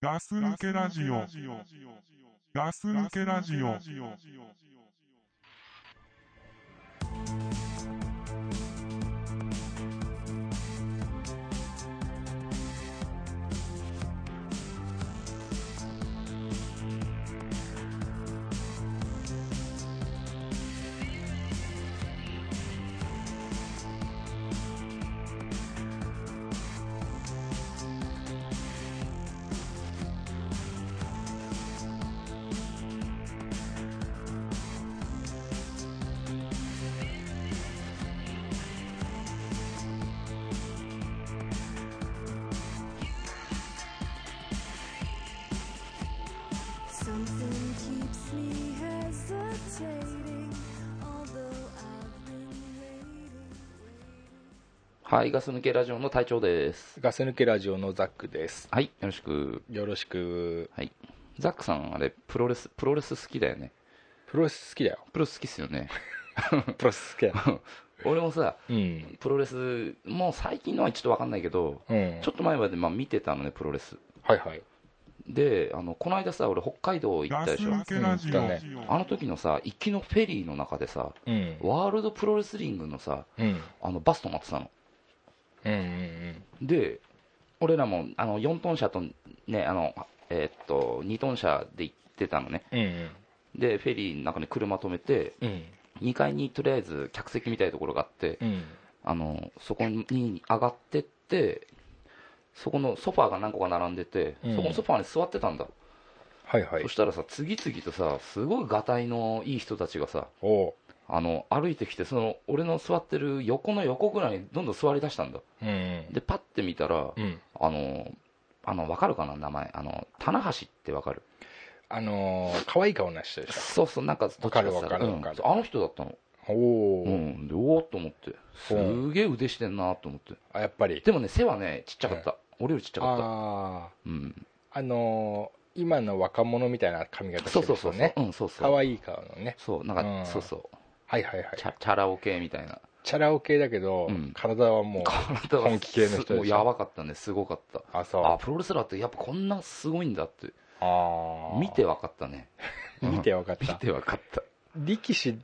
ガス抜けラジオ。ガス抜けラジオ。 Something keeps me hesitating, although I've been waiting. はい、ガス抜けラジオの隊長です。ガス抜けラジオのザックです。はい、よろしく。よろしく。はい。ザックさん、あれ、プロレス、プロレス好きだよね。プロレ ス好きだよ。プロレス好きっすよね。プロレス好きだよ。俺もさ、うん。プロレス、もう最近のはちょっとわかんないけど、うん。ちょっと前までまあ見てたのね、プロレス。はいはい。で、あの、この間さ、俺、北海道行っガたスでしょ抜。けラジオ。あの時のさ、行きのフェリーの中でさ、うん。ワールドプロレスリングのさ、うん。あの、バス止まってたの。うんうんで、俺らも、あの、4トン車と、ね、あの、えーっと、2トン車で行ってたのね。うん。うんでフェリーの中に車止めてうん。うん。 2階にとりあえず客席みたいなところがあってうん。あのそこに上がってってそこのソファーが何個か並んでて、うんそこのソファーに座ってたんだ、はいはいそ。したらさ次々とさすごいがたいのいい人たちがさおう。あの歩いてきてその俺の座ってる横の横ぐらいにどんどん座りだしたんだうんうん。でパッて見たら、うん。あのあの分かるかな名前あの棚橋って分かるあのー、可愛い顔な人でしそうそうなんかどっちかさわかるわかるうんわかるそうあの人だったのょ。うおお。ん、でおおっと思ってすげえ腕してんなと思ってあ、やっぱり。でもね背はねちっちゃかった、俺よりちっちゃかったあうんあ。あのー、今の若者みたいな髪型してそうるそう人そうそう、ね。うんそうそう可愛い顔のね。そうなんか、うんそうそうはいはいはい。チャチャラ男系みたいなチャラ男系だけどうん、体はもう、体は本気系の人でしょもうやばかったねすごかったあ、そう。あプロレスラーってやっぱこんなすごいんだってあー見てわかったね 見て分かっ見た。てわかった力士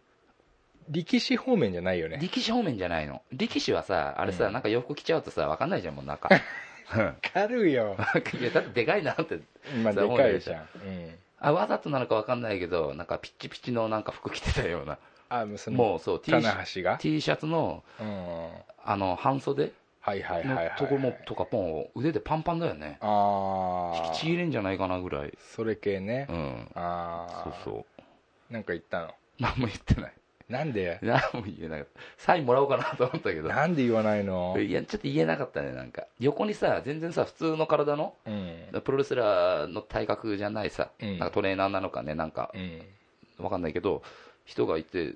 力士方面じゃないよね力士方面じゃないの力士はさあれさ、うんなんか洋服着ちゃうとさわかんないじゃんもう 中軽いよいやだってでかいなってまあでかいじゃん、うん、あわざとなのかわかんないけどなんかピッチピチのなんか服着てたようなあもうそのもうそう T シ棚ャツ橋が、 T シャツのうん、あの半袖はいはいはいはい、はのい、とこもとかもう腕でパンパンだよねあ引あきちぎれんじゃないかなぐらいそれ系ね、うんあそうあそうなんか言ったのう何も言ってない なんで何も言えなかったサインもらおうかなと思ったけどなんで言わないのいやちょっと言えなかったねなんか横にさ全然さ普通の体のうんプロレスラーの体格じゃないさ、うんなんかトレーナーなのかねなんかうんわかんないけど人がいて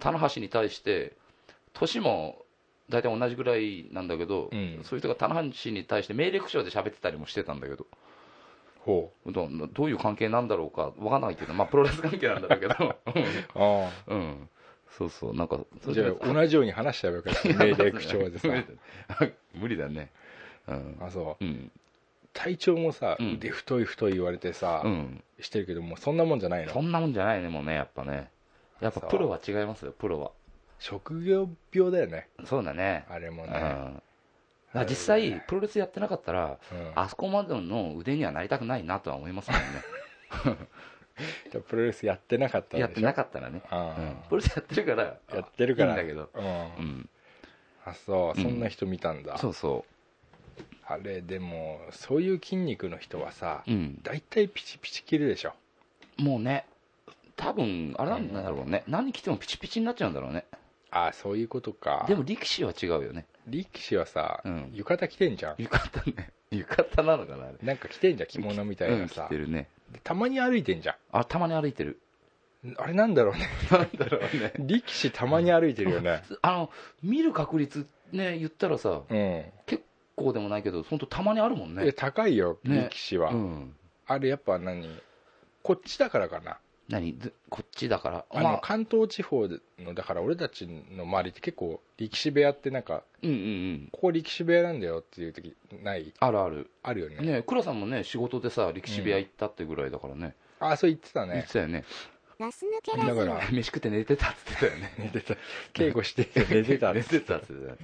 棚橋に対して年も大体同じぐらいなんだけど、うんそういう人が棚橋に対して命令口調で喋ってたりもしてたんだけどほうどどういう関係なんだろうかわかんないけど、まあ、プロレス関係なんだろうけ どあうんうんそうそうなんかあじゃあ同じように話したらよかった命令口調でさ 無理だねうんあそううん体調もさ、うん腕太い太い言われてさ、うんしてるけどもうそんなもんじゃないのそんなもんじゃないねもうねやっぱねやっぱそうプロは違いますよプロは職業病だよねそうだねあれもうねん、だから実際プロレスやってなかったらうんあそこまでの腕にはなりたくないなとは思いますもん ねじゃあプロレスやってなかったんやでしょってなかったらね、あうん、ープロレスやってるからやってるからいいんだけど、うんうん、あそううんそんな人見たんだ、そうそあれでもそういう筋肉の人はさう、うん、大体ピチピチ切るでしょもうね多分あれなんだろうね、何着てもピチピチになっちゃうんだろうねああそういうことかでも力士は違うよね力士はさ、うん浴衣着てんじゃん浴衣ね 浴衣なのかなあれなんか着てんじゃん着物みたいうんな着さ、てるねでたまに歩いてんじゃあたまに歩いてるんあれなんだろ うねなんだろ うね力士たまに歩いてる よねあの見る確率ね言ったらさうん結構でもないけど本当たまにあるもんえね高いよね力士は、うんあれやっぱ何こっちだからかな何ずこっちだからあまの関東地方のだから俺たちの周りって結構力士部屋ってなんかうんうんうんここ力士部屋なんだよっていう時ないあるあるあるよねね倉さんもね仕事でさ力士部屋行ったってぐらいだからね、あそう言ってた言っねてたよねガス抜けラジだオから飯食って 寝てたっつってたよね寝てた稽古して 寝てたっつってたよね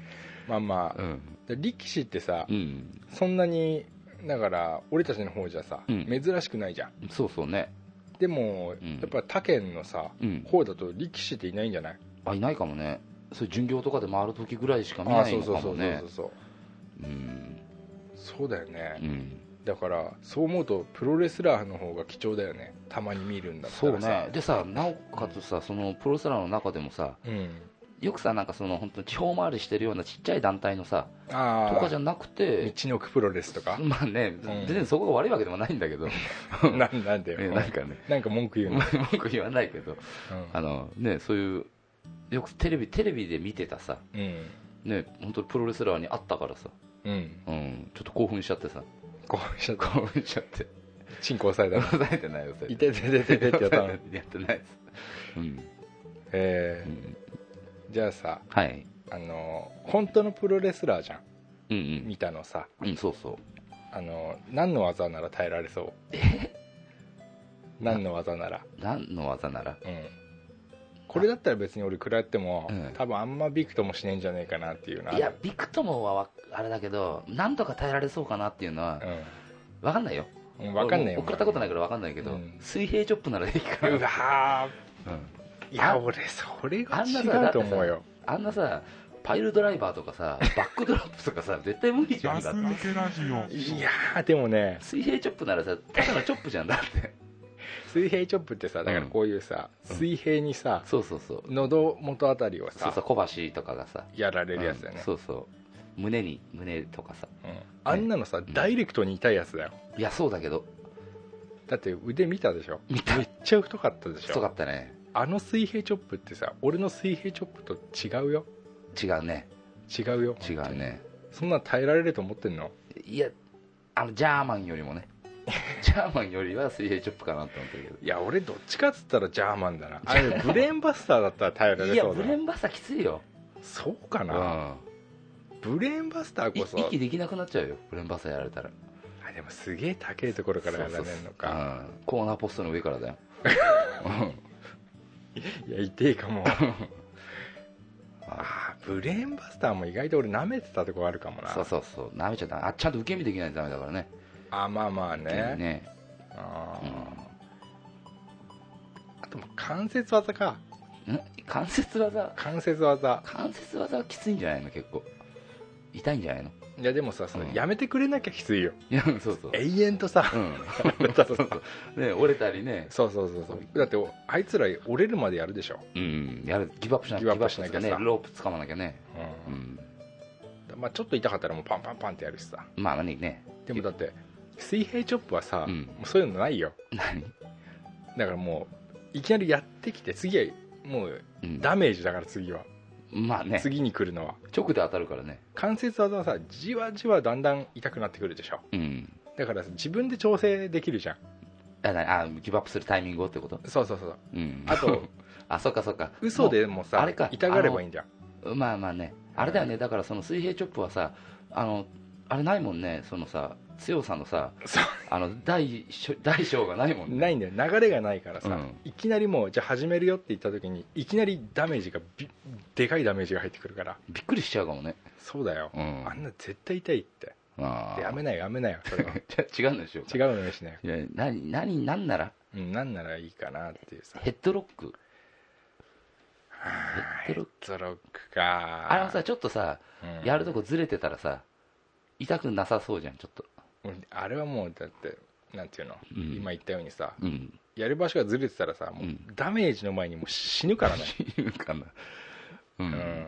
まあまうあんで力士ってさうんそんなにだから俺たちの方じゃさうん珍しくないじゃんそうそうねでもうんやっぱ他県のさうん方だと力士っていないんじゃないあいないかもねそう巡業とかで回る時ぐらいしか見あないそうのそうかそもうそうねそうそううんそうだよねうんだからそう思うとプロレスラーの方が貴重だよねたまに見るんだったそうらさねでさなおかつさそのプロレスラーの中でもさうんよくさなんかその本当に地方回りしてるようなちっちゃい団体のさとあかじゃあなくて道の奥プロレスとかまあね、ん全然そこが悪いわけでもないんだけど、 ななんだよえなんかね、なんか文句言うの、文句言わないけど、あのね、そういう、よくテレビテレビで見てたさ、うんうんね、本当にプロレスラーに会ったからさ、うんうん、ちょっと興奮しちゃってさ、 こうしちゃった興奮しちゃって、チンコ押されたの抑えてない、抑え いててててててってやったのや ってないです、うんえうん、ー、じゃあさはい、あの本当のプロレスラーじゃんうんうん見たのさ、うん、そうそう、あの何の技なら耐えられそう何の技なら何の技なら、うんこれだったら別に俺食らっても、うん多分あんまビクともしねえんじゃねえかなっていうのあるいや、ビクトモはわあれだけど、なんとか耐えられそうかなっていうのは、わかんないよ、うん、うん、分かんないよ送られたことないからわかんないけど、うん水平チョップならできるかうらわーうんいあや俺それがあんな違さだうってとさ思うよあんなさパイルドライバーとかさバックドロップとかさ絶対無理じゃガんスだって抜けラジオいやーでもね水平チョップならさただのチョップじゃんだって水平チョップってさだからこういうさ、水平にさそうそうそう喉元あたりをそうさそう小橋とかがさやられるやつだようねん、そうそう胸に胸とかさうんあんなのさ、ダイレクトに痛いやつだよいやそうだけどだって腕見たでしょ見ためっちゃ太かったでし太かょったねあの水平チョップってさ俺の水平チョップと違うよ違うね違うよ違うねそんな耐えられると思ってんのいやあのジャーマンより もねジャーマンよりは水平チョップかなと思ってるいや俺どっちかっつったらジャーマンだなあれブレーンバスターだったら耐えけらどいれやそうブだレなンバスターきついよそうかうなんブレーンバスターいこそ息できなくなっちゃうよブレンバスターやられたらあでもすげえ高いところからやられるのかそうそうそううんコーナーポストの上からだようんいや痛い かもあーブレーンバスターも意外と俺舐めてたとこあるかもなそうそうそうなめちゃダメあちゃんと受け身できないとダメだからねあまあまあねねあうーあともう関節技かん関節技関節技関節技はきついんじゃないの結構痛いんじゃないのいやでもさそれうんやめてくれなきゃきついよ、いやそうそう永遠とさう んだ とさね折れたりねそうそうそうそうだっておあいつら折れるまでやるでしょ、うんやるギブアップしなきゃギブアップしなきゃさギブアップねロープ掴まなきゃねううんんまあ、ちょっと痛かったらもうパンパンパンってやるしさまあ何ねでもだって水平チョップはさ、うんもうそういうのないよ何だからもういきなりやってきて次はもううんダメージだから次は、まあね次に来るのは直で当たるからね関節技はさじわじわだんだん痛くなってくるでしょうんだからさ自分で調整できるじゃんあ何あギブアップするタイミングをってことそうそうそううん あとあそっかそっか嘘でももうさあれか痛がればいいんじゃんまあまあね、あれだよね、だからその水平チョップはさ、あのあれないもんね、そのさ、強さのさ、そうあの大小大小がないもんね、ないんだよ流れがないからさ、うんいきなりもうじゃあ始めるよって言った時にいきなりダメージがびでかいダメージが入ってくるからびっくりしちゃうかもね、そうだよ、うんあんな絶対痛いってあでやめなよやめなよ それは違うのでしょうか違うのにしね、いや何何なんなら、うん、なんならいいかなっていうさヘッドロック、ヘッドロッドロックかあれもさ、ちょっとさ、うんやるとこずれてたらさ、痛くなさそうじゃん、ちょっと、うんあれはもうだってなんていうの、うん今言ったようにさうん、やる場所がずれてたらさもううんダメージの前にもう死ぬからね、いうかな、 うんうん、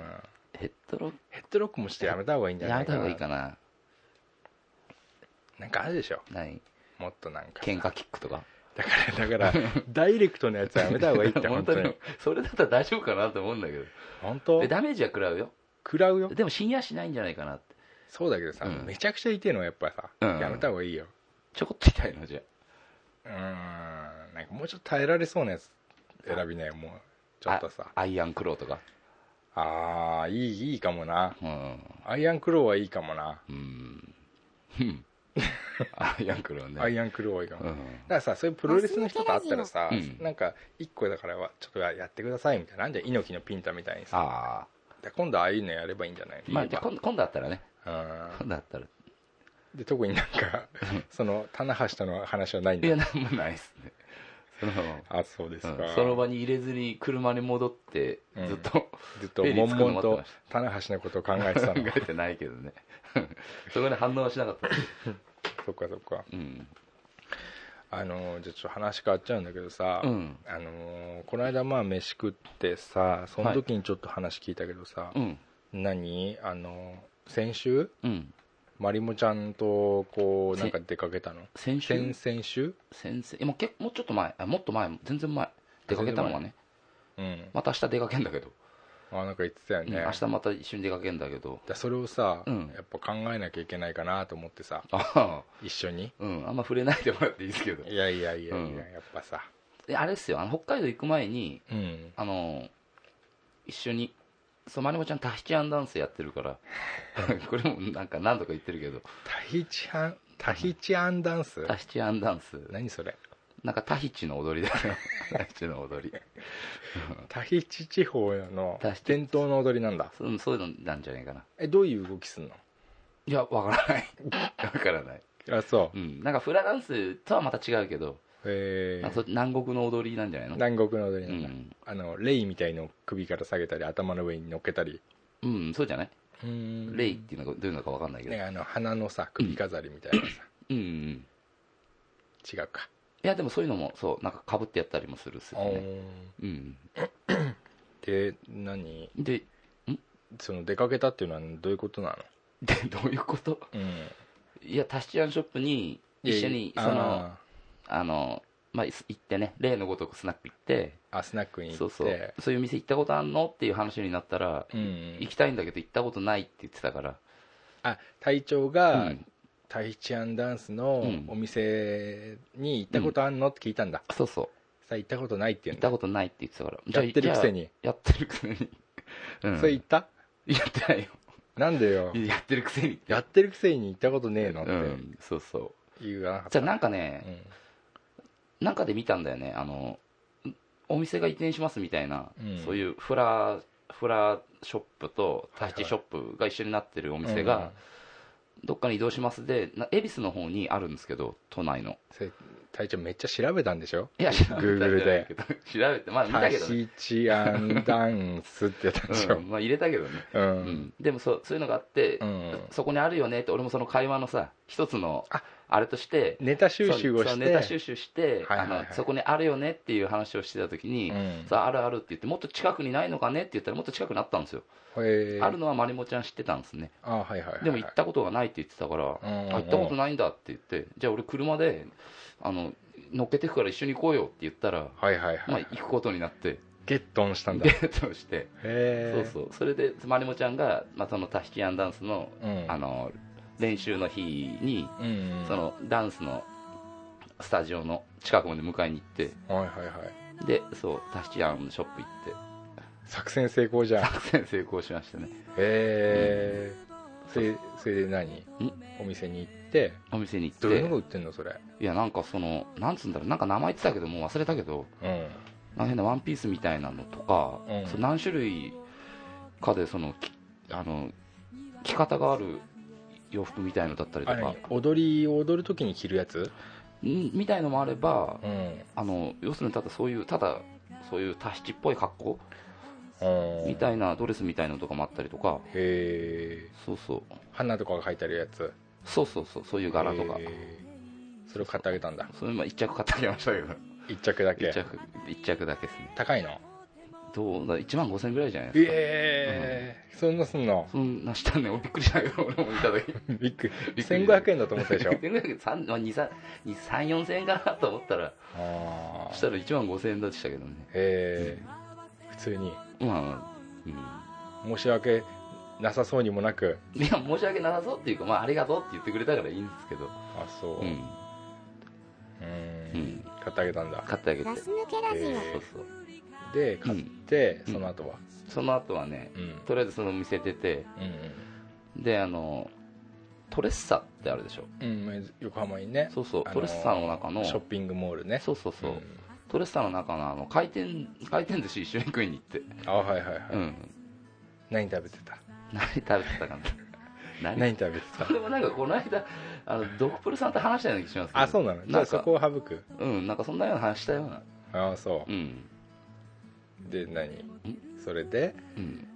ヘッドロッヘッドロックもしてやめた方がいいんク、じゃやなめいかたな方がいいかな、なんかあるでしょ何もっとなんか喧嘩キックとか。だからだから ダイレクトのやつはやめた方がいいって本本当当ににそれだったら大丈夫かなと思うんだけど本当でダメージは食らうよ食らうよでも死にはしないんじゃないかなってそうだけどさ、うんめちゃくちゃ痛いのはやっぱさ、うんやめた方がいいよちょこっと痛いのじゃうーんなんかもうちょっと耐えられそうなやつ選びねもうちょっとさアイアンクローとかああーいいいいかもなうんアイアンクローはいいかもな、うんうん アイアンクローねアイアンクローはいいかも、うだかんらさそういうプロレスの人と会ったらさ、うんなんか一個だからはちょっとやってくださいみたいななんじゃ猪木のピンタみたいにさああで今度ああいうのやればいいんじゃないまあじゃあ今今度あったらねあ今度あったらで特になんかその棚橋との話はないんいだやなんもないっすねそのあそうですか、うんその場に入れずに車に戻ってうんずっと、ずっとペリー悶作るの々待ってとま し棚橋のことを考えてたの考えてないけどねそこで反応はしなかったそっかそっかうんあのじゃあちょっと話変わっちゃうんだけどさ、うんあのーこの間まあ飯食ってさその時にちょっと話聞いたけどさ、うん何あのー先週うんまりもちゃんとこうなんか出かけたの先週先々週先生もうけもうちょっと前あもっと前全然前出かけたのはねうん、また明日出かけんだけど、あなんか言ってたようんね、明日また一緒に出かけんだけどだそれをさ、うんやっぱ考えなきゃいけないかなと思ってさああ一緒にうんあんま触れないでもらっていいですけどいやいやいやいや、うんやっぱさであれですよあの北海道行く前にうんあの一緒にそうまりもちゃんタヒチアンダンスやってるから これもなんか何度か言ってるけどタヒチアンタヒチアンダンスタヒチアンダンス何それなんかタヒチの踊りだ よタヒチの踊りタヒチ地方のタヒチ伝統の踊りなんだそうそういうのなんじゃないかなえどういう動きすんのいやわからない わからないあそううんなんかフラダンスとはまた違うけど、へなんかえそ南国の踊りなんじゃないの南国の踊うりなんだ、ん、あのレイみたいのを首から下げたり頭の上に乗っけたりうん、そうじゃない、うんレイっていうのがどういうのかわかんないけど、ねあの花のさ首飾りみたいなさ、うんうん違うかいやでもそういうのもそうなんかかぶってやったりもするっすよねおうんーで何でその出かけたっていうのはどういうことなでどういうことのうんいやタヒチアンショップに一緒にえそのああのまあい行ってね例のごとくスナック行ってーあスナックに行ってそうそうそういう店行ったことあんのっていう話になったら、うん行きたいんだけど行ったことないって言ってたから、あ隊長うがん、タヒチアンダンスのうんお店に行ったことあんのって聞いたんだ、そうそうさあ行ったことないって行言うっんただことないって言ってたからじゃあやってるくせにやってるくせに、 うんそれ行ったやってないよなんでよやってるくせにやってるくせに行ったことねえのっうんそうそうて言わなかっじたゃあなんかね、なんかで見たんだよねあのお店が移転しますみたいな、うんそういうフラフラショップとタヒチショップが一緒になってるおうん店うんがどっかに移動しますでな恵比寿の方にあるんですけど都内のそれ隊長めっちゃ調べたんでしょいや調べたんじゃない Google でけど調べてまあ見タたけどね、ヒチアンダンスってやったんでしうょんまあ、入れたけどね、ううんんでもそうそういうのがあって、うんそこにあるよねって俺もその会話のさ一つのああれとしてネタ収集そをうしネタ収て集して、はいはいはいあのそこにあるよねっていう話をしてた時に、うんさああるあるって言ってもっと近くにないのかねって言ったらもっと近くにあったんですよ、へえあるのはまりもちゃん知ってたんですねあはいはいはいでも行ったことがないって言ってたから、うんうんうんあ行ったことないんだって言ってじゃあ俺車であの乗っけてくから一緒に行こうよって言ったら、はいはいまはあ、い行くことになってゲットンしたんだデへートして、えそうそうそれでまりもちゃんが、まあ、そのタヒチアンダンスの,、うんあの練習の日にうんそのダンスのスタジオの近くまで迎えに行ってはいはいはいでそうタヒチアンショップ行って作戦成功じゃん作戦成功しましたねへえそれそれで何お店に行ってお店に行どっういうのがて売ってんのそれいやなんかそのなんつうんだろうなんか名前言ってたけどもう忘れたけどうんなんか変なワンピースみたいなのとか、うんそう何種類かでそのきあの着方がある洋服みたいのだったりとあかれ踊りを踊る時に着るやつんみたいのもあればうんあの要するにただそういうただそういうタヒチっぽい格好みたへいなドレスみたいのとかもあったりとかえそうそう花とかが書いてあるやつそうそうそうそういう柄とかへえそれを買ってあげたんだそれまあ一着買ってあげましたけど一着だけ一着一着だけですね高いのどうだ1万5000円ぐらいじゃないですかええそんなす んのそんなしたね俺びっくりしたよ俺も見た時びっくりびっくり1500円だと思ったで しょ234000円かなと思ったらあそしあたら1万5000円でしたけどねへえ普通にまあまあ、申し訳なさそうにもなくうん、いや申し訳なさそうっていうかまあありがとうって言ってくれたからいいんですけどあそううんうーうんん買ってあげたんだ買ってあげてガス抜けラジえオそうそうで買って、うんその後はその後はねうんとりあえずその店出てであのトレッサってあるでしょうん、うん、横浜にねそうそうあトのーレッサの中のショッピングモールねそうそうそう、んトレッサの中のあの回転回転寿司一緒に食いに行ってあはいはいはい、うん何食べてた何食べてた かな何食べて たそれもなんかこの間あのドクプルさんと話したような気しますけどあそうなのじゃなんあかそこを省くうんなんかそんなような話したようなああそうんうで何それでうん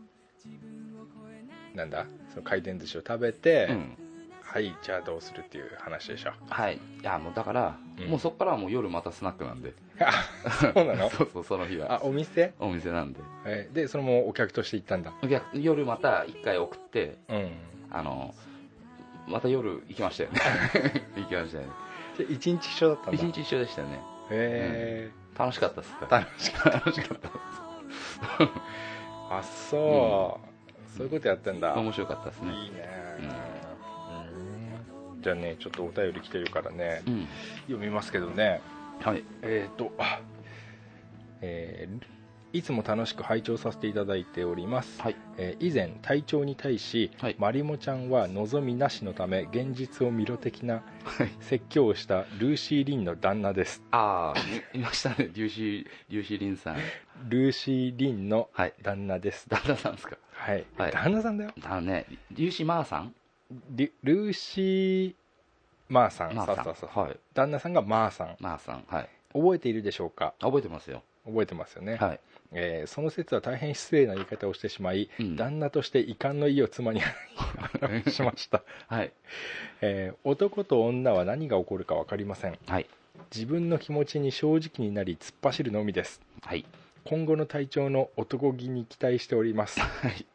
なんだその回転寿司を食べて、うんはいじゃあどうするっていう話でしょはいいやもうだから、うんもうそこからはもう夜またスナックなんであそうな のそうそうその日 あはお店、お店なんでえーでそれもお客として行ったんだお客夜また一回送ってうんあのまた夜行きましたよね 行きましたよねじゃあ一日一緒だったん だ一日一緒でしたよねへえ楽しかったっすー、楽しかった楽しかったあそう、そういうことやってんだ、面白かったですねいいねうんじゃあねちょっとお便り来てるからねうん読みますけどねはいえっ、とあえーいつも楽しく拝聴させていただいております、はいえー以前体調に対し、はいまりもちゃんは望みなしのため現実を見ろ的なはい説教をしたルーシー・リンの旦那ですああいました ね粒子粒子凛さんルーシー・リンのはい旦那です旦那さんですかはい、はい旦那さんだよあのね粒子マーさんリルーシー・マーさんマーさんそうそうそうはい旦那さんがマーさんマーさんはい覚えているでしょうか覚えてますよ覚えてますよね、はいえーその説は大変失礼な言い方をしてしまい、うん旦那として遺憾の意を妻にしました、 はいえー男と女は何が起こるか分かりませんはい自分の気持ちに正直になり突っ走るのみですはい今後の体調の男気に期待しておりますはい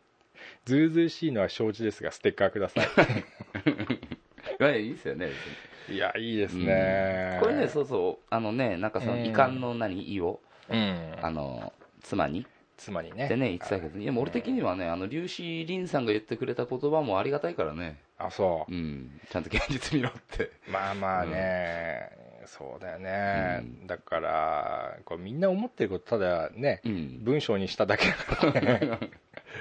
ずうずうしいのは承知ですがステッカーくださはいいいですよね別に いいやいいですね、これねそうそうあのねなんかそのうん遺憾の何意をうんあの妻に妻にねってね言ってたけどでも俺的にはねあの粒子凛さんが言ってくれた言葉もありがたいからねあそうんちゃんと現実見ろってうまあまあね、そうだよね、うんだからこうみんな思ってることただねうん文章にしただけ だからね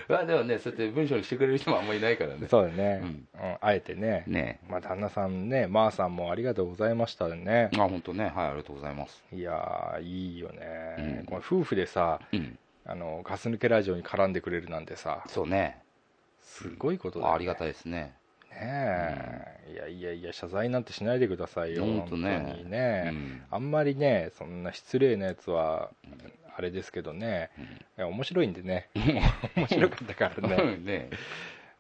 まあでもねそうやって文章にしてくれる人もあんまりいないからねそうだね、うんうんあえてねねまあ旦那さんねまー、さんもありがとうございましたねあ本当ねはいありがとうございますいやーいいよね、うんこの夫婦でさうんあのガス抜けラジオに絡んでくれるなんてさそうねすごいことだ、ね、あありがたいですねねえ、いやいやいや謝罪なんてしないでくださいよほん本と当ねにね、うんあんまりねそんな失礼なやつはあれですけどね、うんいや面白いん でね面白かったからね、ね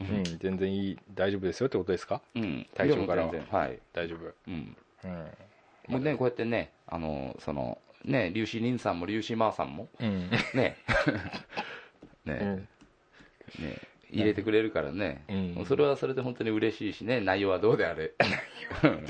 うん、全然いい大丈夫ですよってことですかうん対象からいやもう全然はい大丈夫うんうんもうねこうやってねあのそのね粒子凛さんも粒子マーさんもうん、 ねねうんね入れてくれるからね、うんそれはそれで本当に嬉しいしね内容はどうであ れうん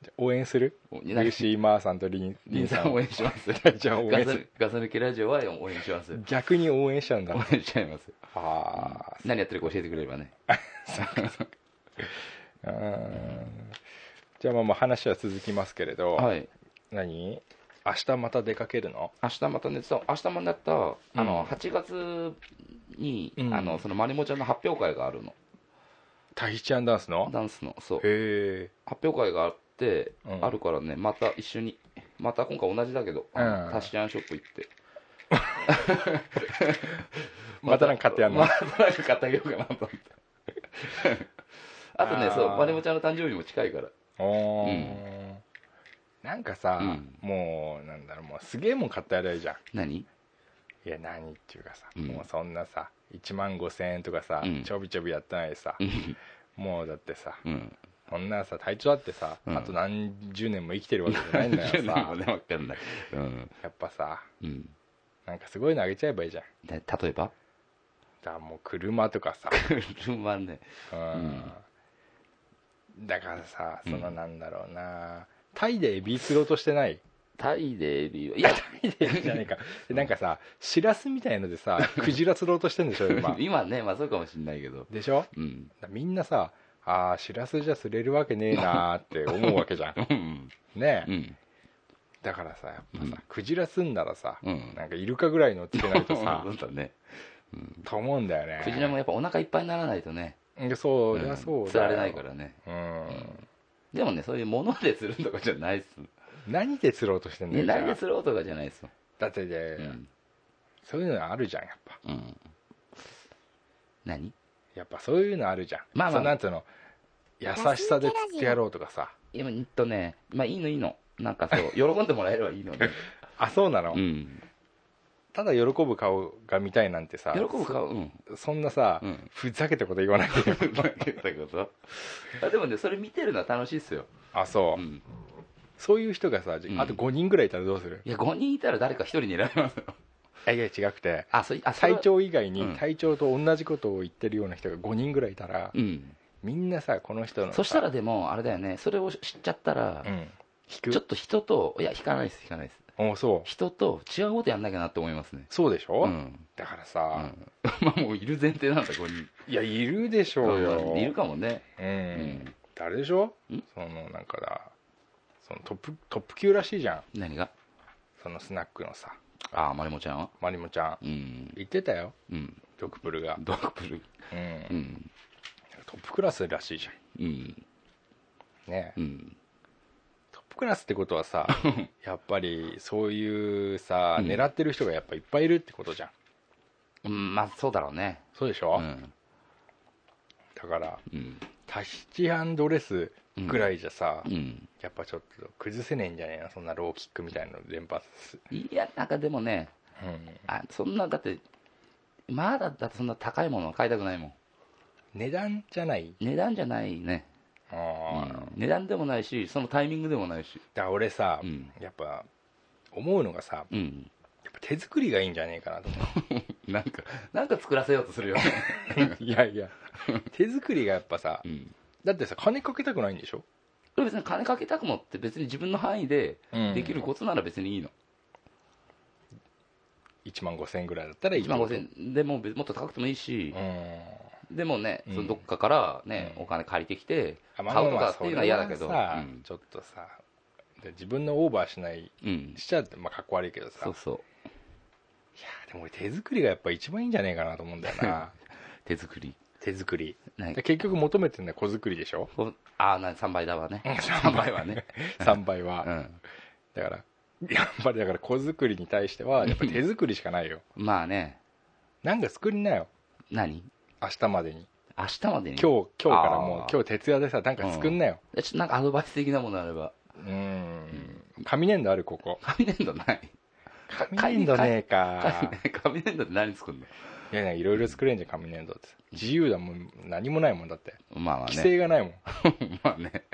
じゃあ応援する何ルーシー・マーさんとリンリリンンささんん を応援します大ちゃんを応ガ援スするガス抜けラジオは応援します逆に応援しちゃうんだ応援しちゃい ますあ何やってるか教えてくれればねあうんじゃあまあまあ話は続きますけれど、はい何明日また出かけるの明日またねそう明日もなったあうのん8月に、うんあのそのまりもちゃんの発表会があるのタヒチアンダンスのダンスのそうへえ発表会があって、うんあるからねまた一緒にまた今回同じだけど、あのうんタシアンショップ行ってまたなんか買ってやんの、またなんか買ってあげようかなと思って あとねあーそうまりもちゃんの誕生日も近いからおーうなんかさ、うんもうなんだろうもうすげえもん買ってやればいいじゃん何いや何っていうかさ、うんもうそんなさ1万5000円とかさ、うんちょびちょびやってないでさ、うんもうだってさうんそんなさ体調だってさ、うんあと何十年も生きてるわけじゃないんだ よ何もさねわかんないうん、やっぱさうん、なんかすごいのあげちゃえばいいじゃんで例えばだからもう車とかさ、車ねうん、だからさそのうんなんだろうな、タイでエビ釣ろうとしてない タイでエビはいやじゃねえかでなんかさシラスみたいのでさクジラ釣ろうとしてんでしょ今今ねまあそうかもしんないけどでしょうんみんなさあーシラスじゃ釣れるわけねえなーって思うわけじゃんうんねうんだからさやっぱさ、うんクジラすんならさ、うんなんかイルカぐらいのつけないとさそうだねうんと思うんだよねクジラもやっぱお腹いっぱいにならないとねいやそう、うんいやそう釣られないかららねうんでもねそういうもので釣るとかじゃないっす何で釣ろうとしてんだねよじゃあ何で釣ろうとかじゃないっすよだってね、うんそういうのあるじゃんやっぱうん何やっぱそういうのあるじゃんまあまあそうなんつうの優しさで釣ってやろうとかさいやうんとねまあいいのいいのなんかそう喜んでもらえればいいのであそうなの、うんただ喜ぶ顔が見たいなんてさ喜ぶ顔うんそそんなさ、うんふざけたこと言わないで あでもねそれ見てるのは楽しいっすよ、あそうう、ん、そういう人がさじうんあと5人ぐらいいたらどうする、いや5人いたら誰か1人に選びますよいやいや違くてあそれあそれ隊長以外うんに隊長と同じことを言ってるような人が5人ぐらいいたら、うんみんなさこの人のさそしたらでもあれだよねそれを知っちゃったら、うん引ちょっくと人といや引かないです引かないですおそう人と違うことやんなきゃなって思いますねそうでしょ、うん、だからうさ、ん、まあもういる前提なんだ5人いやいるでしょうよ、うんいるかもねうん、ん誰でしょんそのなんかだそのトップトップ級らしいじゃん何がそのスナックのさああまりもちゃんはまりもちゃうんん言ってたようんドクプルが、ドクプルうんうんトップクラスらしいじうんゃんねうんトップクラスってこと はさやっぱりそういうさうん狙ってる人がやっぱいっぱいいるってことじゃんうんまあそうだろうねそうでしうょ、んだからうんタヒチアンドレスぐらいじゃさ、うんやっぱちょっと崩せねえんじゃねえなそんなローキックみたいなの連発す、いやなんかでもねうん、あそんなだってまだだってそんな高いものは買いたくないもん値段じゃない値段じゃないね、あうあ、ん値段でもないしそのタイミングでもないしだから俺さ、うんやっぱ思うのがさうんやっぱ手作りがいいんじゃねえかなと思なんかなんか作らせようとするよね、 ういやいや 手作りがやっぱさうん、だってさ金かけたくないんでしょ、これ別に金かけたくもって別に自分の範囲でできることなら別にいいの、 1万5000円ぐらいだったらいい1万5000円でも別もっと高くてもいいしう、んでもねうんそのどっかからね、うんお金借りてきて買あまあまあうとまかあっていうのは嫌だけど、それはさうんちょっとさで自分のオーバーしないうんしちゃって、まあ、かっこ悪いけどさいそやうそうでも俺手作りがやっぱ一番いいんじゃねえかなと思うんだよな 手作り手作りなんかで結局求めてるのは子作りでしょこうああ3倍だわねうん3倍は ね、 3倍は、 うん、だから やっぱりだから子作りに対してはやっぱ手作りしかないよまあねなんか作りなよ何明日までに明日までに今日今日からもうあー今日徹夜でさなんか作んなよえちょっとなんかアドバイス的なものあればうん紙粘土あるここ紙粘土ない紙粘土ねえか紙粘土って何作るのいやいやいろいろ作れんじゃん紙粘土って自由だもん何もないもんだってまあまあ規ね制がないもんまあね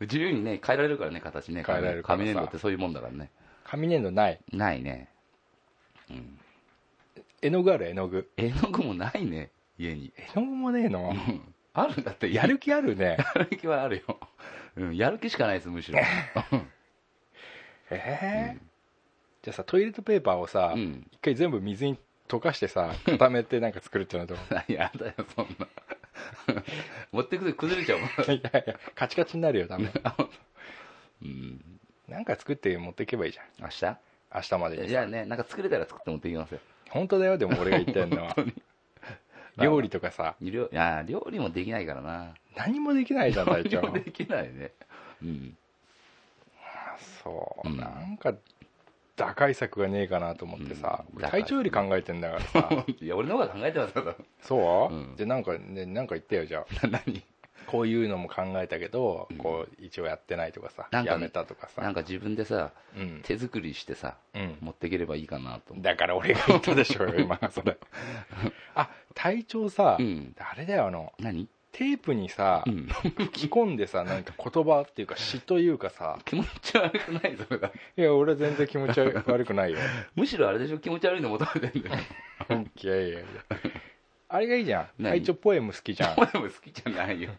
自由にね変えられるからね形ね変えられるからさ紙粘土ってそういうもんだからね紙粘土ないないねうん絵の具ある絵の具絵の具もないね家に絵の具もねえのうんあるんだってやる気あ るねやる気はあるよ、うん、やる気しかないですむ しろええじゃあさトイレットペーパーをさうん一回全部水に溶かしてさ固めてなんか作るってのはどうやだよそんな持ってくと崩れちゃうもんいやいやカチカチになる よ多分うんなんか作って持っていけばいいじゃん明日明日までにじゃあねなんか作れたら作って持ってきますよ本当だよでも俺が言ってん のは 料理とかさ料いや料理もできないからな何もできないじゃん料隊理長もできないねうんあそう、うんなんか打開策がねえかなと思ってさ、うん俺隊長より考えてんだからさいや俺の方が考えてますよ そう、うんでなんかねなんか言ってよじゃあ 何こういうのも考えたけど、こう一応やってないとかさなんかねやめたとかさなんか自分でさうん、手作りしてさうん、持っていければいいかなと思だから俺が言ったでしょうよ今 それあ隊長さ、ううんあれだよあの何テープにさ、うん吹き込んでさなんか言葉っていうか詩というかさ気持ち悪くないそれ がいや俺は全然気持ち 悪くないよむしろあれでしょ気持ち悪いの求めてんだ よいやいやいやあれがいいじゃん何隊長ポエム好きじゃんお 前も好きじゃないよ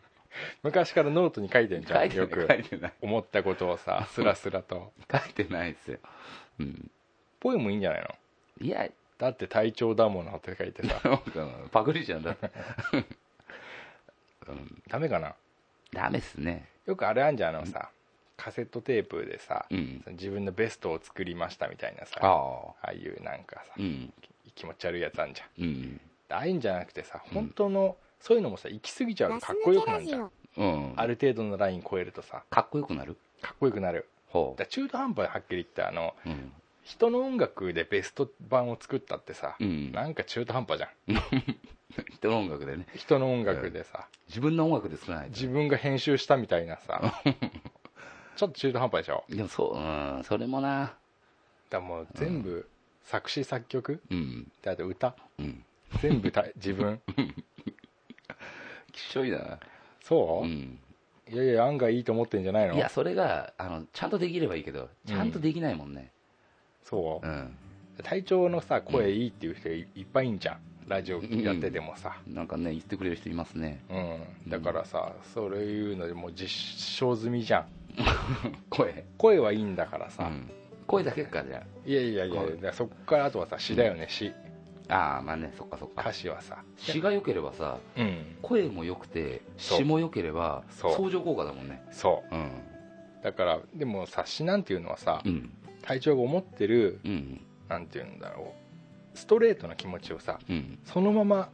昔からノートに書いてんじ書ゃいんてなよい書くいてない思ったことをさスラスラと書いてないですようんポエムいいんじゃないのいや だって隊長だものって書いてさなんかパクリじゃんだ ってうんダメかなダメっすねよくあれあんじゃんあのさカセットテープでさ、うんその自分のベストを作りましたみたいなさああああいうなんかさ、うん気持ち悪いやつあんじゃんうんああいうんじゃなくてさうん本当の、そういうのもさ行き過ぎちゃうとかっこよくなるじゃんうんある程度のライン超えるとさかっこよくなるかっこよくなるほだから中途半端ではっきり言ってあのううん人の音楽でベスト版を作ったってさ、うんなんか中途半端じゃん人の音楽でね人の音楽でさ、自分の音楽で作らないと自分が編集したみたい なさちょっと中途半端でしょでもそううんそれもなだからもう全部、作詞作曲うんであと歌うん全 部た自分きっしょいなそうう、んいやいや案外いいと思ってんじゃないのいやそれがあのちゃんとできればいいけどちゃんとできないもんねそうう、ん体調のさ声いいっていう人いいっぱいいんじゃんラジオやっててもさ、なんかね言ってくれる人いますねうんだからさそういうのでもう実証済みじゃん声声はいいんだからうさ、ん声だけかじゃいやいやいやはいだからそこからあとはさ詩だよね詩あああまあねそっかそっか歌詞はさ詩が良ければさうん声も良くてそう詩も良ければそう相乗効果だもんねそううんだからでもさ詩なんていうのはさうん体調が思ってるうんなんていうんだろうストレートな気持ちをさうんそのまま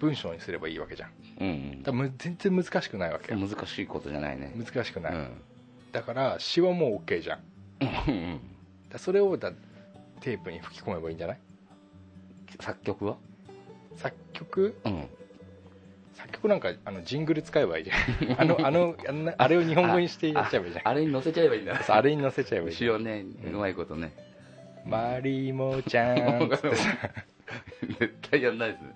文章にすればいいわけじゃんうんだからむ全然難しくないわけよ難しいことじゃないね難しくうない、んだから詩はもう OK じゃんだかうんうんらそれをだテープに吹き込めばいいんじゃない 作曲は作曲うん作曲なんかあのジングル使えばいいじ ゃんあのあのあんなあれを日本語にしてやっちゃえばいいじゃんあれに乗せちゃえばいいんだそうあれに乗せちゃえばいいじ詩ゃんをねうまいことね 「マリモちゃん」つってさ絶対やんないですね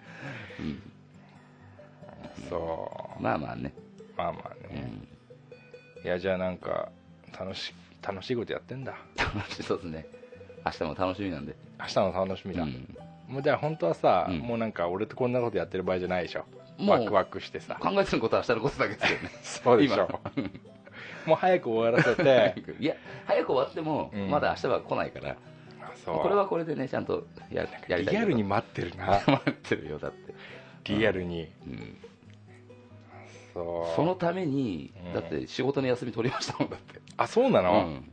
そまあまあねうまあまあうね、んいやじゃあなんか楽し楽しいことやってんだ楽しそうですね明日も楽しみなんで明日の楽しみだ、うんもうじゃあ本当はさ、うんもうなんか俺とこんなことやってる場合じゃないでしょもうワクワクしてさ考えてることは明日のことだけですよねそうでしょもう早く終わらせ ていや早く終わってもうんまだ明日は来ないから、あそうこれはこれでねちゃんとややりたいリアルにこ待ってるとな 待ってるよだって、リアルにうんそうそのために、うんだって仕事の休み取りましたもんだってあそうなうの、ん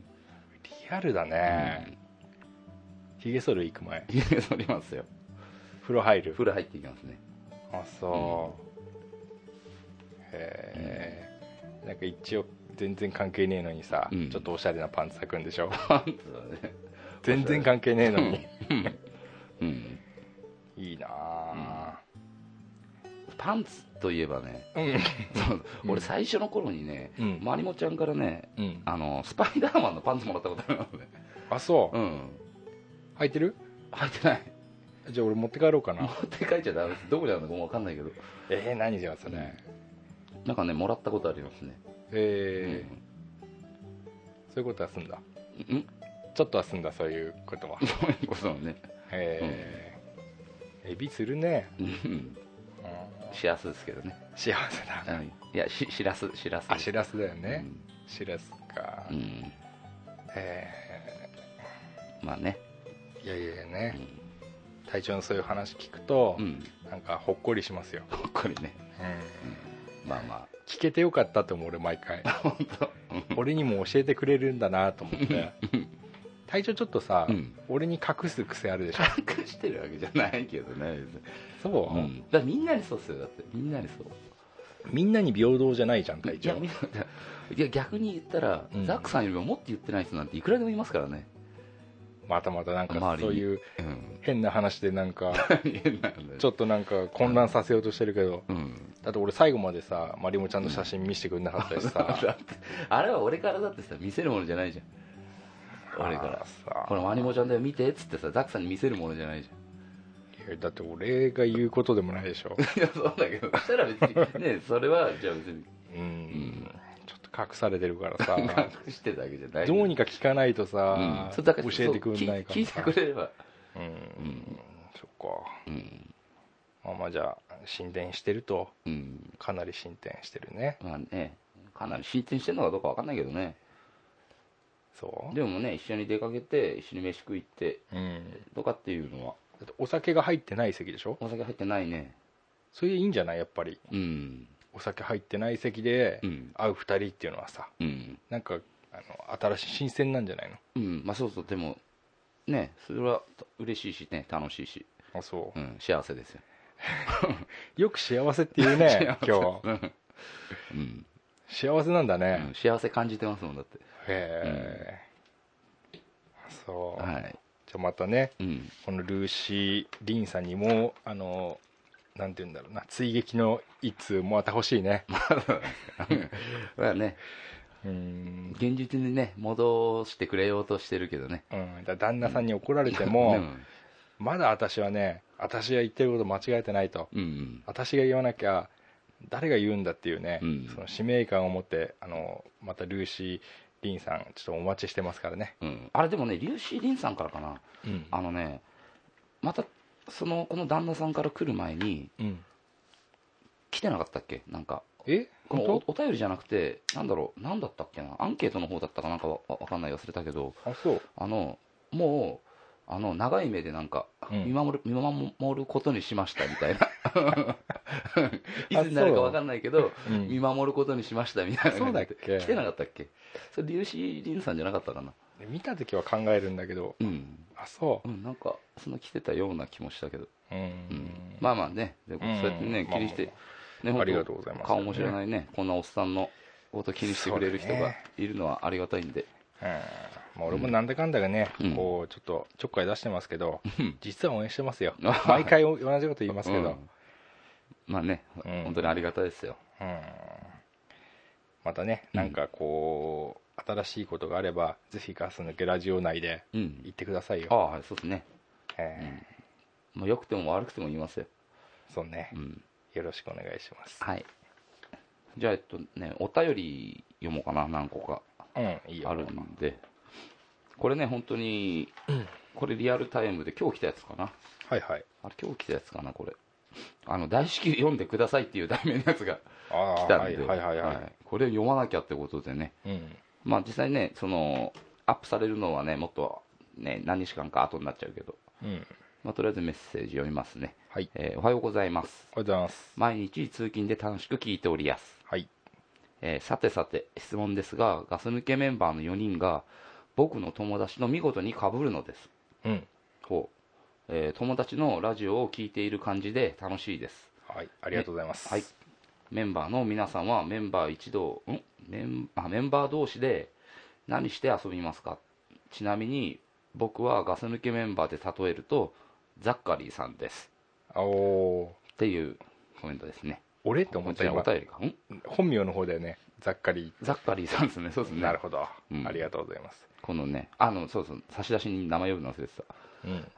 リアルだねひげ剃る行く前いや 取りますよ風呂入る風呂入っていきますねあそう、へえなんか一応全然関係ねえのにさ、うんちょっとおしゃれなパンツ履くん でしょパンツはね全然関係ねえのにうんいいなあパンツといえばねうんそう俺最初の頃にね、うんまりもちゃんからねうんあのスパイダーマンのパンツもらったことあるのねあそう、うん履いてる履いてないじゃあ俺持って帰ろうか持なって帰っちゃダメですどこにあるのかもわかんないけどえー、何じゃんそれ、うんなんかねもらったことありますねえーそういうことはすんだうんちょっとはすんだそういうことはそういうことねえー、エビするね、うんうんしらすですけどね幸せだうんいやししらすしらすあしらすだよすね、しらすか、うん、うんえまあねーいやいやいやね、隊長のそういう話聞くとう、んなんかほっこりしますよ、ほっこりねまあま聞けてよかったと思う俺 毎回あ本当俺にも教えてくれるんだなと思って隊長ちょっとさ、うん俺に隠す癖あるでしょ隠してるわけじゃないけどね別にそうう、んだからみんなにそうっすよだってみんなにそうみんなに平等じゃないじゃん隊いや長みん ないや逆に言ったら、うんザックさんよりももっと言ってない人なんていくらでもいますからね、またまたなんか周りにそういううん、変な話でなんか 変な話ちょっとなんか混乱させようとしてるけど、うんだって俺最後までさまりもちゃんの写真見せてくれなかったし だっさてあれは俺からだってさ見せるものじゃないじゃん俺からさこれマニモちゃんだよ見てっつってさザックさんに見せるものじゃないじいやだって俺が言うことでもないでし ょ、ゃんいやそうだけどそしたら別にねそれはじゃあ別にうんちょっと隠されてるからさ隠してたわけじゃないどうにか聞かないとうんさ、そうだから教えてくんないかそう聞らいてさくれればうん、そっかうん、まあまあじゃあ進展してるとうん、かなり進展してるねまあねかなり進展してるのかどうかわかんないけどねそうでもね一緒に出かけて一緒に飯食い行ってうんとかっていうのはだってお酒が入ってない席でしょお酒入ってないねそれでいいんじゃないやっぱりうんお酒入ってない席でうん会う2人っていうのはさうんなんかあの新しい新鮮なんじゃないのうんまあそうそうでもねそれは嬉しいしね楽しいし、あそうん、幸せですようよく幸せって言 うね今日うんうん幸せなんだうねん、幸せ感じてますもんだってへえ、そう、はいじゃあまたねうんこのルーシー・リンさんにもあのなんて言うんだろうな追撃の一通もまた欲しいねだからねうん、現実にね戻してくれようとしてるけどねうん、だ旦那さんに怒られても、うんまだ私はね私が言ってること間違えてないとうん私が言わなきゃ誰が言うんだっていうね、うんその使命感を持ってあのまたルーシー・リンさんちょっとお待ちしてますからね、うんうんあれでもねリュウシー・リンさんからかなうんあのねまたそのこの旦那さんから来る前にうん、来てなかったっけなんかえこの本おお便りじゃなくてなんだろうなんだったっけなアンケートの方だったかなんかわわわかんない忘れたけど当あそうあのもうあの長い目でなんか、うん見守る見守ることにしましたみたい ないつになるかわかんないけどうん見守ることにしましたみたいなそうだっけ来てなかったっけそれリュウシー・リンさんじゃなかったかなで見た時は考えるんだけどうん、あそうん、なんかそんな来てたような気もしたけど、ううん、うん、まあまあねでそうやってねうん気にして、ねあ本りが当とうございます顔も知らないねこんなおっさんのこと気にしてくれる人そうだがねいるのはありがたいんでうんまあ、俺もなんだかんだがね、うんこうちょっとちょっかい出してますけど、うん実は応援してますよあ毎回同じこと言いますけうどん、まあね、うん本当にありがたいですようんまたねなんかこう、新しいことがあればぜひガス抜けラジオ内でうん言ってくださいあよ、あはいそうですねえもう良くても悪くても言いますよ、ーそうねうん、よろしくお願いしますはいじゃあえっとねお便り読もうかな何個かうんいいよあるんでこれね本当にこれリアルタイムで今日来たやつかなはいはいあれ今日来たやつかなこれあの大至急読んでくださいっていう題名のやつがあ来あたんはいで、はいはいはい、はいこれを読まなきゃってことでねうんまあ実際ねそのアップされるのはねもっとね何日間か後になっちゃうけどうんまあ、とりあえずメッセージ読みますね、はいえーおはようございますおはようございます毎日通勤で楽しく聞いておりやす、はいえーさてさて質問ですがガス抜けメンバーの4人が僕の友達の見事にかぶるのですうんほう、えー友達のラジオを聞いている感じで楽しいですはいありがとうございます、はいメンバーの皆さんはメンバー一同んメンあメンバー同士で何して遊びますかちなみに僕はガス抜けメンバーで例えるとザッカリーさんですおおーっていうコメントですね。俺って思っじたゃあ今お便りか。ん本名の方だよねざっかりザッカリーさんですね。そうですね。なるほど、うんありがとうございます、このね、あの、そうそう、差出人に名前呼ぶの忘れてた。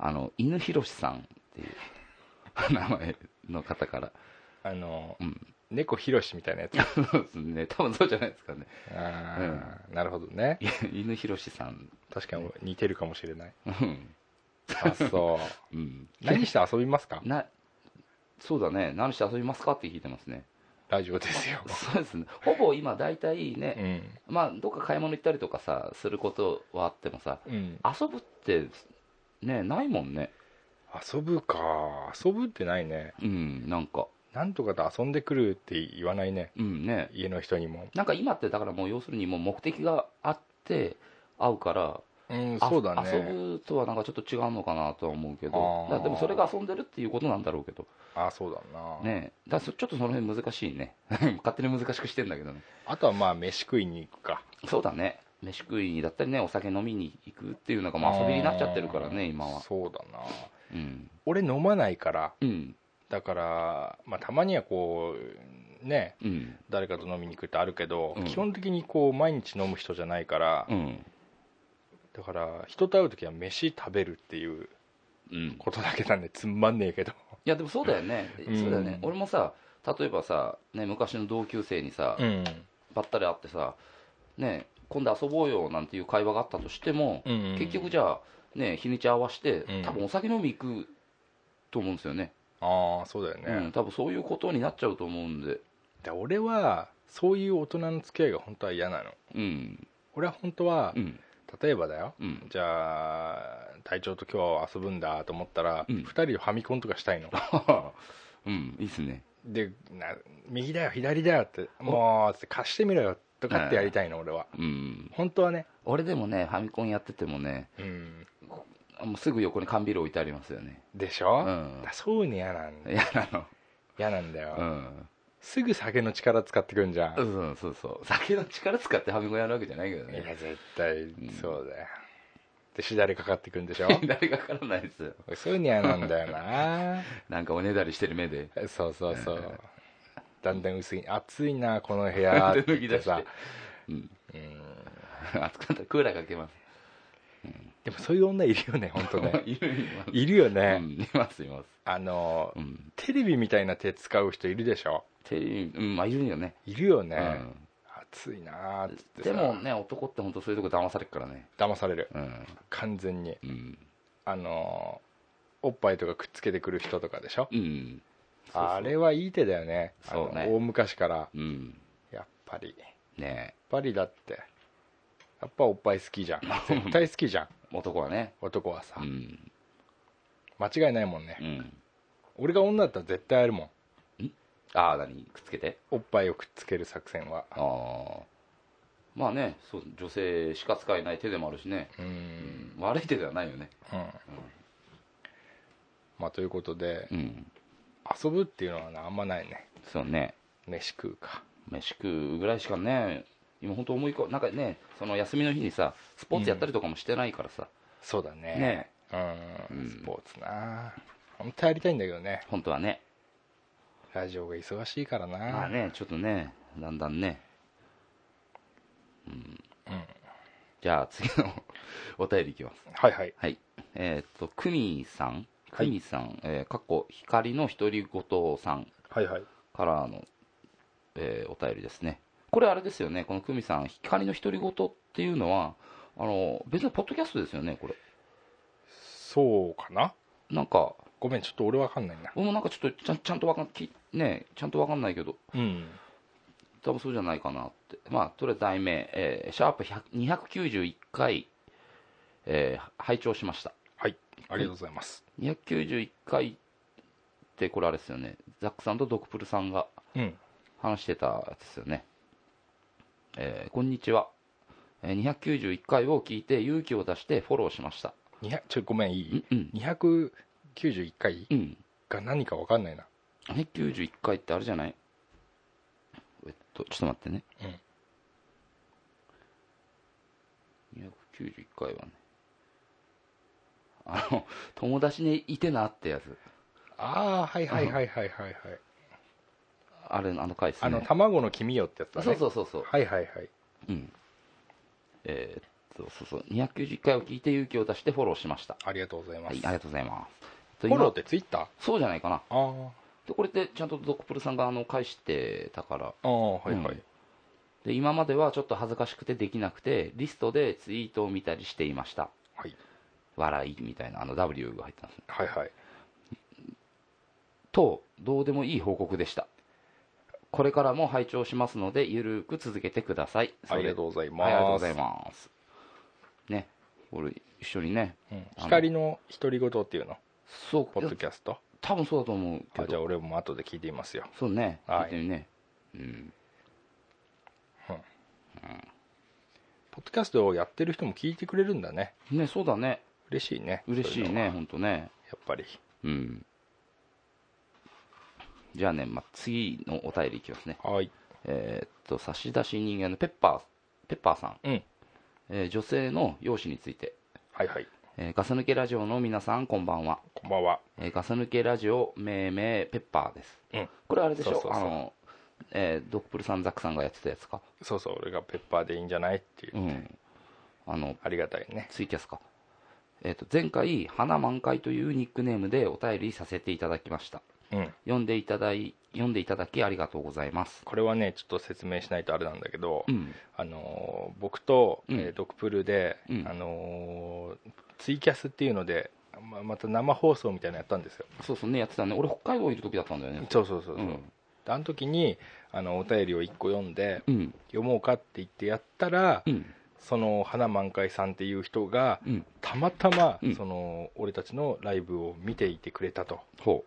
あの、犬ひろしさんっていう名前の方から。あの、うん猫ひろしみたいなやつ そうですね。多分そうじゃないですかね。あーなるほどねいや犬ひろしさん。確かに似てるかもし れないうんあそううん。 何して遊びますかな、そうだね。何して遊びますかって聞いてますね。ラジオです よそうですね。ほぼ今大体うね、ん、まあ、どっか買い物行ったりとかさ、することはあってもさ、うん、遊ぶって、ね、ないもんね。遊ぶか遊ぶってないねうん、なんか。なんとかと遊んでくるって言わないねうんね、家の人にもなんか今ってだからもう要するにもう目的があって会うから、うんあそうだね遊ぶとはなんかちょっと違うのかなとは思うけどあーだでもそれが遊んでるっていうことなんだろうけどあそうだな、ねだそちょっとその辺難しいね 勝手に難しくしてんだけどねあとはまあ飯食いに行くかそうだね飯食いにだったりねお酒飲みに行くっていうのがまあ遊びになっちゃってるからあねー今はそうだなうん、俺飲まないからうんだから、まあ、たまにはこうねうん誰かと飲みに行くってあるけど、うん基本的にこう毎日飲む人じゃないから、うんだから人と会う時は飯食べるっていううん、いことだけなんでつんまんねえけどやでもそうだよね、うんそうだよね俺もさ例えばさ、ね、昔の同級生にさ、うんばったり会ってさ、ねえ、今度遊ぼうよなんていう会話があったとしても、うん結局じゃあ、ねえ、日にち合わせて、うん多分お酒飲み行くと思うんですよねああそうだよね、うん、多分そういうことになっちゃうと思うんで、で俺はそういう大人の付き合いが本当は嫌なのうん、俺は本当は、うん、例えばだようん、じゃあ隊長と今日遊ぶんだと思ったら、うん二人でファミコンとかしたいのうん、いいっすね、でな右だよ左だよってもうつって貸してみろよっとかってやりたいの俺はうん本当はね俺でもねファミコンやっててもねうんもうすぐ横に缶ビール置いてありますよねでしうょ、んだそういうの嫌なんだ嫌なの嫌なんだよ、うんすぐ酒の力使ってくんじゃん、うんそうそう酒の力使ってファミコンやるわけじゃないけどいやね絶対そうだよ、でしだれかかってくんでしょ誰がからないですよそういうの嫌なんだよななんかおねだりしてる目でそうそうそうだんだん薄い暑いなこの部屋って言ってさで脱ぎ出して暑かったらクーラーかけますでもそういう女いるよね本当ねいるいますいるようね、んいますいますあの、うんテレビみたいな手使う人いるでしょテレビうんまあいるよねいるよね、うん暑いなーっつってでさもね男って本当そういうとこ騙されるからね騙されるうん完全にうんあのおっぱいとかくっつけてくる人とかでしょうんそうそうあれはいい手だよねあのそうね大昔からうんやっぱりやっねぱりだってやっぱおっぱい好きじゃん絶対好きじゃんえ男はね男はさ、うん間違いないもんね、うん俺が女だったら絶対あるもんああ何くっつけておっぱいをくっつける作戦はああまあねそう女性しか使えない手でもあるしね、うんうん悪い手ではないよねうん、まあということで、うん遊ぶっていうのはなあんまないねそうね飯食うか飯食うぐらいしかね今本当思いこなんかねその休みの日にさスポーツやったりとかもしてないからさ、そうだねねうん、うんスポーツな本当はやりたいんだけどね本当はねラジオが忙しいからな、まあねちょっとねだんだんねうん、じゃあ次の お便りいきますはいはいはいえーっとクミさんクミさん、えーかっこ光の独り言さんはいはいからの、えーお便りですねこれあれですよねこのクミさん光の独り言っていうのはあの別にポッドキャストですよねこれそうかななんかごめんちょっと俺わかんないな俺もなんかちょっとちゃんちゃんとわかんきねちゃんとわかんないけどうん多分そうじゃないかなってまあとりあえず題名、えーシャープ100 291回、えー拝聴しましたはいありがとうございます291回ってこれあれですよねザックさんとドクプルさんがうん話してたやつですよね、えーこんにちはえー291回を聞いて勇気を出してフォローしました200ちょごめんいうんいうん291回うんが何かわかんないな291回ってあれじゃないえっとちょっと待ってね、291回はねあの友達にいてなってやつああはいはいはいはいはいはいあれあの回ですねあの卵の黄身よってやつだねそうそううそうそうはいはいはいうんえーっとそうそう291回を聞いて勇気を出してフォローしましたありがとうございまはいすありがとうございますフォローっでてツイッターあそうじゃないかなあーでこれってちゃんとドクプルさんがあの返してたからあーはいはい、うんで今まではちょっと恥ずかしくてできなくてリストでツイートを見たりしていましたはい笑いみたいなあの W が入ったんですねはいはいとどうでもいい報告でしたこれからも拝聴しますのでゆるく続けてくださいありがとううございごます、ありがとうございますね俺一緒にねうんあの光の独り言っていうのそうポいッやドキャスト多分そうだと思うけあじゃあど俺も後で聞いてみますよそうねはい聞いてみね、うんポッドキャストをやってる人も聞いてくれるんだねねそうだね嬉しいね嬉しいそううのはね本当ねやっぱりうんじゃあね、まあ、次のお便りいきますねはいえーっと差出人間のペッパーペッパーさん、うんえー女性の容姿について、はいはいえーガス抜けラジオの皆さんこんばんは、こんばんはえーガス抜けラジオ命名ペッパーですうんこれあれでしょそうそうそうあの、えードクプルさんザックさんがやってたやつかそうそう俺がペッパーでいいんじゃないっていう、うんあのありがたいねツイキャスか、えーっと前回「花満開」というニックネームでお便りさせていただきましたうん読んでいただい読んでいただきありがとうございますこれはねちょっと説明しないとあれなんだけど、うんあのー僕と、うんえードクプルで、うんあのーツイキャスっていうのでままた生放送みたいなのやったんですよそうそうねやってたね俺北海道いる時だったんだよねそうそうそうそう、うんであの時にあのお便りを1個読んでうん読もうかって言ってやったら、うんその花満開さんっていう人がうんたまたま、うんその俺たちのライブを見ていてくれたとほ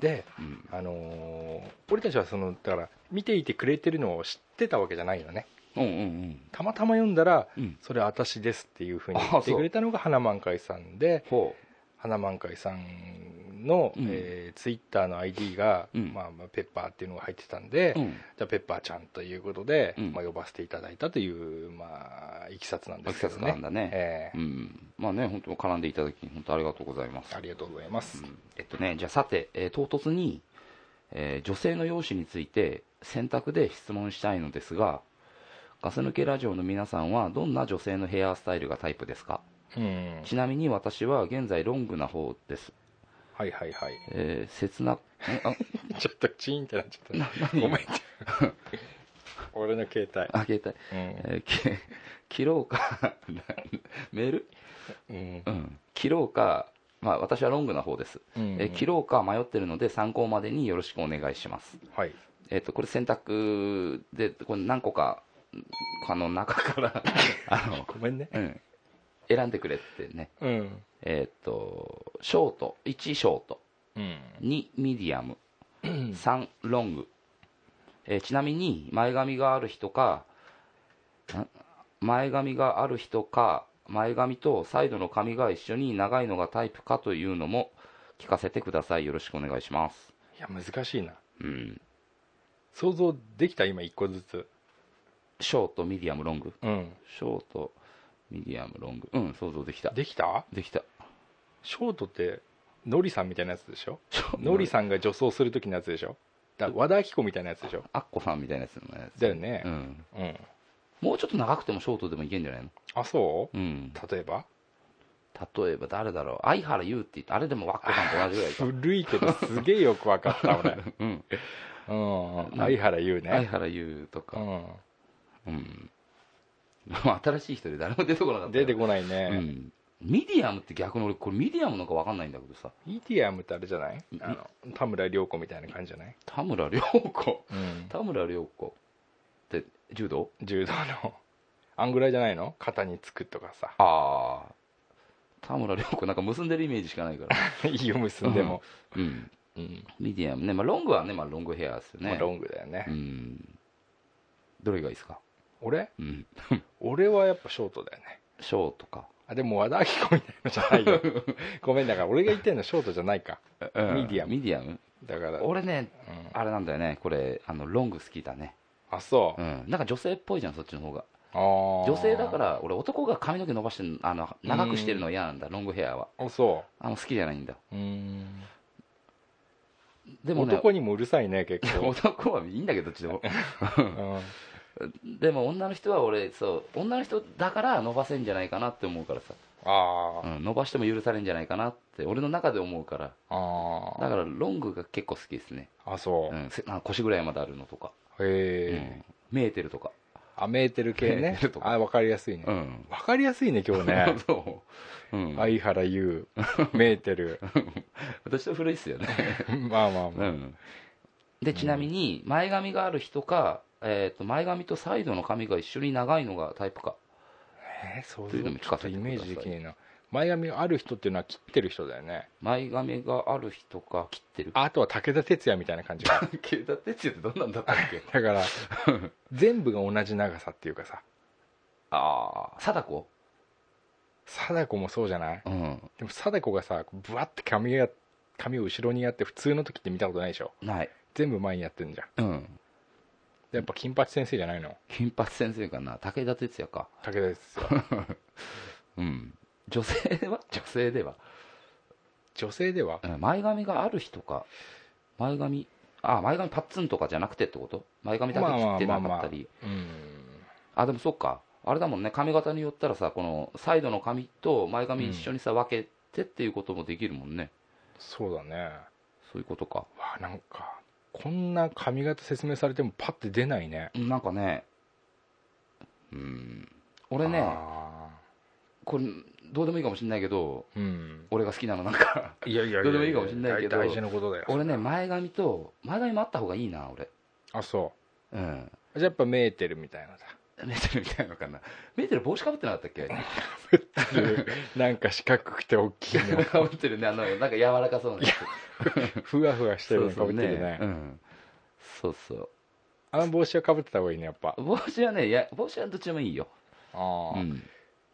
で、う、うん、あのー俺たちはそのだから見ていてくれてるのを知ってたわけじゃないよねうんうんうんたまたま読んだらうん「それ私です」っていうふうにあ言ってそうくれたのが花満開さんでほ花満開さんの、うんえツイッター Twitter の ID が、うんまあまあ、ペッパーっていうのが入ってたんで、う、うじん、ゃあペッパーちゃんということで、うんまあ、呼ばせていただいたという、まあ、いきさつなんですけいどきさつがあんだねええうん、まあね本当絡んでいただき本当ありがとうございますありがとうございます、うんえっとね、じゃあさて、えー唐突に、えー女性の容姿について選択で質問したいのですがガス抜けラジオの皆さんはどんな女性のヘアスタイルがタイプですかうん、ちなみに私は現在ロングな方です、はいはいはいえー、切なえあ ちょっとチーンってなっちゃったね何ごめん俺の携帯あ携帯、うん、えーき切ろうか メール、うんうん、切ろうかまあ私はロングな方です、うんえー切ろうか迷ってるので参考までによろしくお願いしますはいえっとこれ選択でこれ何個かあの中からあの、ごめんねうん、選んでくれってねうんえっ、とショート1ショートうん2ミディアム3ロング、えーちなみに前髪がある人かん前髪がある人か前髪とサイドの髪が一緒に長いのがタイプかというのも聞かせてくださいよろしくお願いしますいや難しいなうん想像できた今一個ずつショートミディアムロングうんショート、ミディアム、ロング。うん、想像できた。でできたきた。ショートってノリさんみたいなやつでしょショ ノリさんが女装する時のやつでしょだから和田アキ子みたいなやつでしょアッコさんみたいなやつのやつ。だよねうん。うん、もうちょっと長くてもショートでもいけんじゃないのあそうん。う例えば例えば誰だろう。相原優って言って、あれでもアッコさんと同じぐらいか。古いけどすげえよくわかった 俺うん。うん相原優相ね、原優とうか。ん、うん。まあ新しい人で誰も出てこなかったよ。出てこないうね、ん。ミディアムって逆に俺、これミディアムなんかわかんないんだけどさ。イディアムってあれじゃないあの田村涼子みたいな感じじゃない、田村良子。うん、田村良子って柔道柔道のあんぐらいじゃないの肩につくとかさ ああ。田村良子なんか結んでるイメージしかないから。いいよ結んでも、うん。うんミディアムね、まあ、ロングはね、まあ、ロングヘアですよね。まあロングだよね、うん。どれがいいですか、俺うん、俺はやっぱショートだよねショートか。あでも和田アキ子みたいのじゃないよ ごめんだから俺が言ってんのショートじゃないかミディアムミディアムだから、うん、俺ね、あれなんだよね、これ、あのロング好きだね。あそうう、ん。なんか女性っぽいじゃん、そっちの方が。あー女性だから、俺、男が髪の毛伸ばしてんあの、長くしてるのは嫌なんだ、ロングヘアは。あそあの好きじゃないんだ。ううんでもね、男にもうるさいね結構、男はいいんだけど、どっち でも。うん、でも女の人は俺、そう、女の人だから伸ばせんじゃないかなって思うからさ。あうーん、伸ばしても許されんじゃないかなって俺の中で思うからあだからロングが結構好きですね、ーあそうう、ん、せあ腰ぐらいまであるのとか、へうえ、ん、メーテルとか、あメーテル系メーねテルとかあ分かりやすいね、うわん、分かりやすいね今日ね そう、うん相 原優メーテル私と古いっすよね、まあまあうまあ、ん、でちなみに前髪がある人か、えー、と前髪とサイドの髪が一緒に長いのがタイプかえー、想というの像もち聞ょかっとせてくださいイメージできねえな前髪がある人っていうのは切ってる人だよね前髪がある人か切ってるあとは武田鉄矢みたいな感じ が池田哲也ってどんなんだったっけだから 全部が同じ長さっていうかさああ貞子貞子もそうじゃないうんでも貞子がさぶわって髪や髪を後ろにやって普通の時って見たことないでしょない全部前にやってんじゃんうんでやっぱ金八先生じゃないの金八先生かな武田鉄矢か武田です ようん女性は女性では、女性ではうん前髪がある人か前髪あ前髪パッツンとかじゃなくてってこと前髪だけ切ってなかったりうんあでもそっかあれだもんね髪型によったらさこのサイドの髪と前髪一緒にさ、分けてっていうこともできるもんねそうだねそういうことかわあなんかこんな髪型説明されてもパッて出ないねうんなんかねうん俺ねあこれどうでもいいかもしれないけどーうん俺が好きなのなん かいやいやどうでもいいかもしんないけど大大事なことだよ俺ね前髪と前髪もあった方がいいな俺あそうんうじゃあやっぱメーテルみた いなさメーテルみたいなのかなメーテル帽子かぶってなかったっけなんか四角くて大きいのかぶってるねあのなんか柔らかそうなやつふわふわしてるのかぶってるねうん、そうそうあの帽子はかぶってた方がいいねやっぱ帽子はねいや帽子はどっちでもいいよ、ああ、うん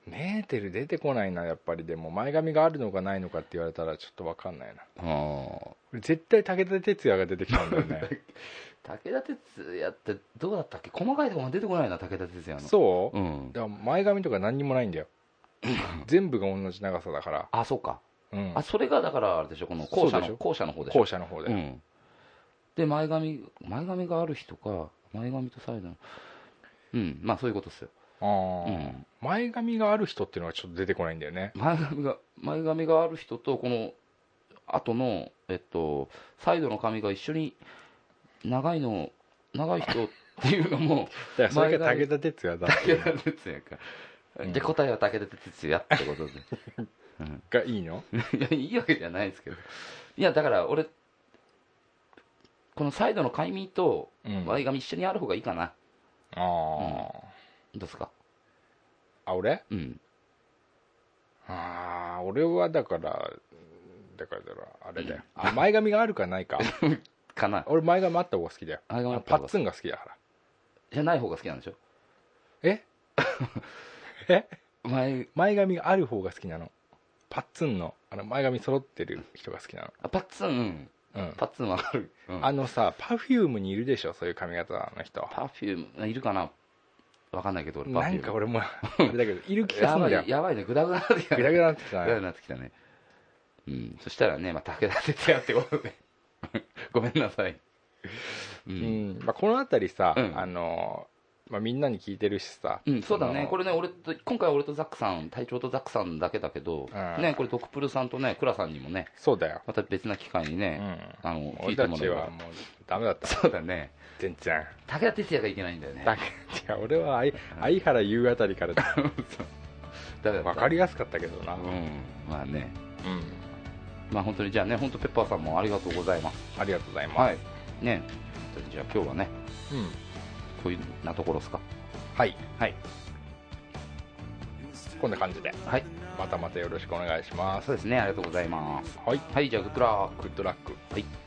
メーテル出てこないなやっぱりでも前髪があるのかないのかって言われたらちょっと分かんないなあー俺絶対武田鉄矢が出てきた んだよね武田鉄矢ってどうだったっけ細かいところ出てこないな武田鉄矢のそう、うんだから前髪とか何にもない んだよ全部が同じ長さだから、あそうか、うんあ、それがだからあれでしょこの後者そうでしのょ後者の方でしょ後者の方で、うん、で前髪前髪がある人か前髪とサイドのうんまあそういうことですよ、あーうん、前髪がある人っていうのがちょっと出てこないんだよね前髪が前髪がある人とこの後のえっとサイドの髪が一緒に長いの長い人っていうの もだからそれが前髪武田鉄矢だ武田鉄矢か、うんで答えは武田鉄矢ってことでがいいの いやいいわけじゃないですけどいやだから俺このサイドの髪とうん前髪一緒にある方がいいかな、あーどうですかあ俺うんああ俺はだからだからだからあれだよ、あ前髪があるか ないかかな俺前髪あった方が好きだよ前髪あったパ方がッツンが好きだからじゃない方が好きなんでしょ ええ前前髪がある方が好きなのパッツンのあの前髪揃ってる人が好きなあパッツンうんのうんパッツンわかる、うん、あのさパフュームにいるでしょそういう髪型の人パフュームいるかなわかんないけど俺パフュなームんか俺もあれだけどいる気がやするんばだよいやばいねグダグダになってきたグねラグラになってきたグダグダになってきたねうんそしたらね、まあ、武田鉄矢ってことで ごめんなさいうん、ううんんまあ、この辺りさ、うんあのまあ、みんなに聞いてるしさ、そうだね、これれね、俺と今回は俺とザックさん、隊長とザックさんだけだけど、うんね、これ、ドクプルさんとね、クラさんにもね、そうだよ、また別な機会にうね、ん、あの聞俺いてたもらちえはば、もうダメだったそうだね、全然武田鉄矢がいけないんだよね。だけどいや俺は相相原優あたりか らだだ分かりやすかったけどな、ううんん、まあね、まあ本当にじゃあね、本当ペッパーさんもありがとうございます。ありがとうございます、はい。ね、本当にじゃあ今日はね、うんこういうなところですか。はい、はい。こんな感じではい。またまたよろしくお願いしますそうですね、ありがとうございます。はいはい、じゃあグッドラックグッドラックはい。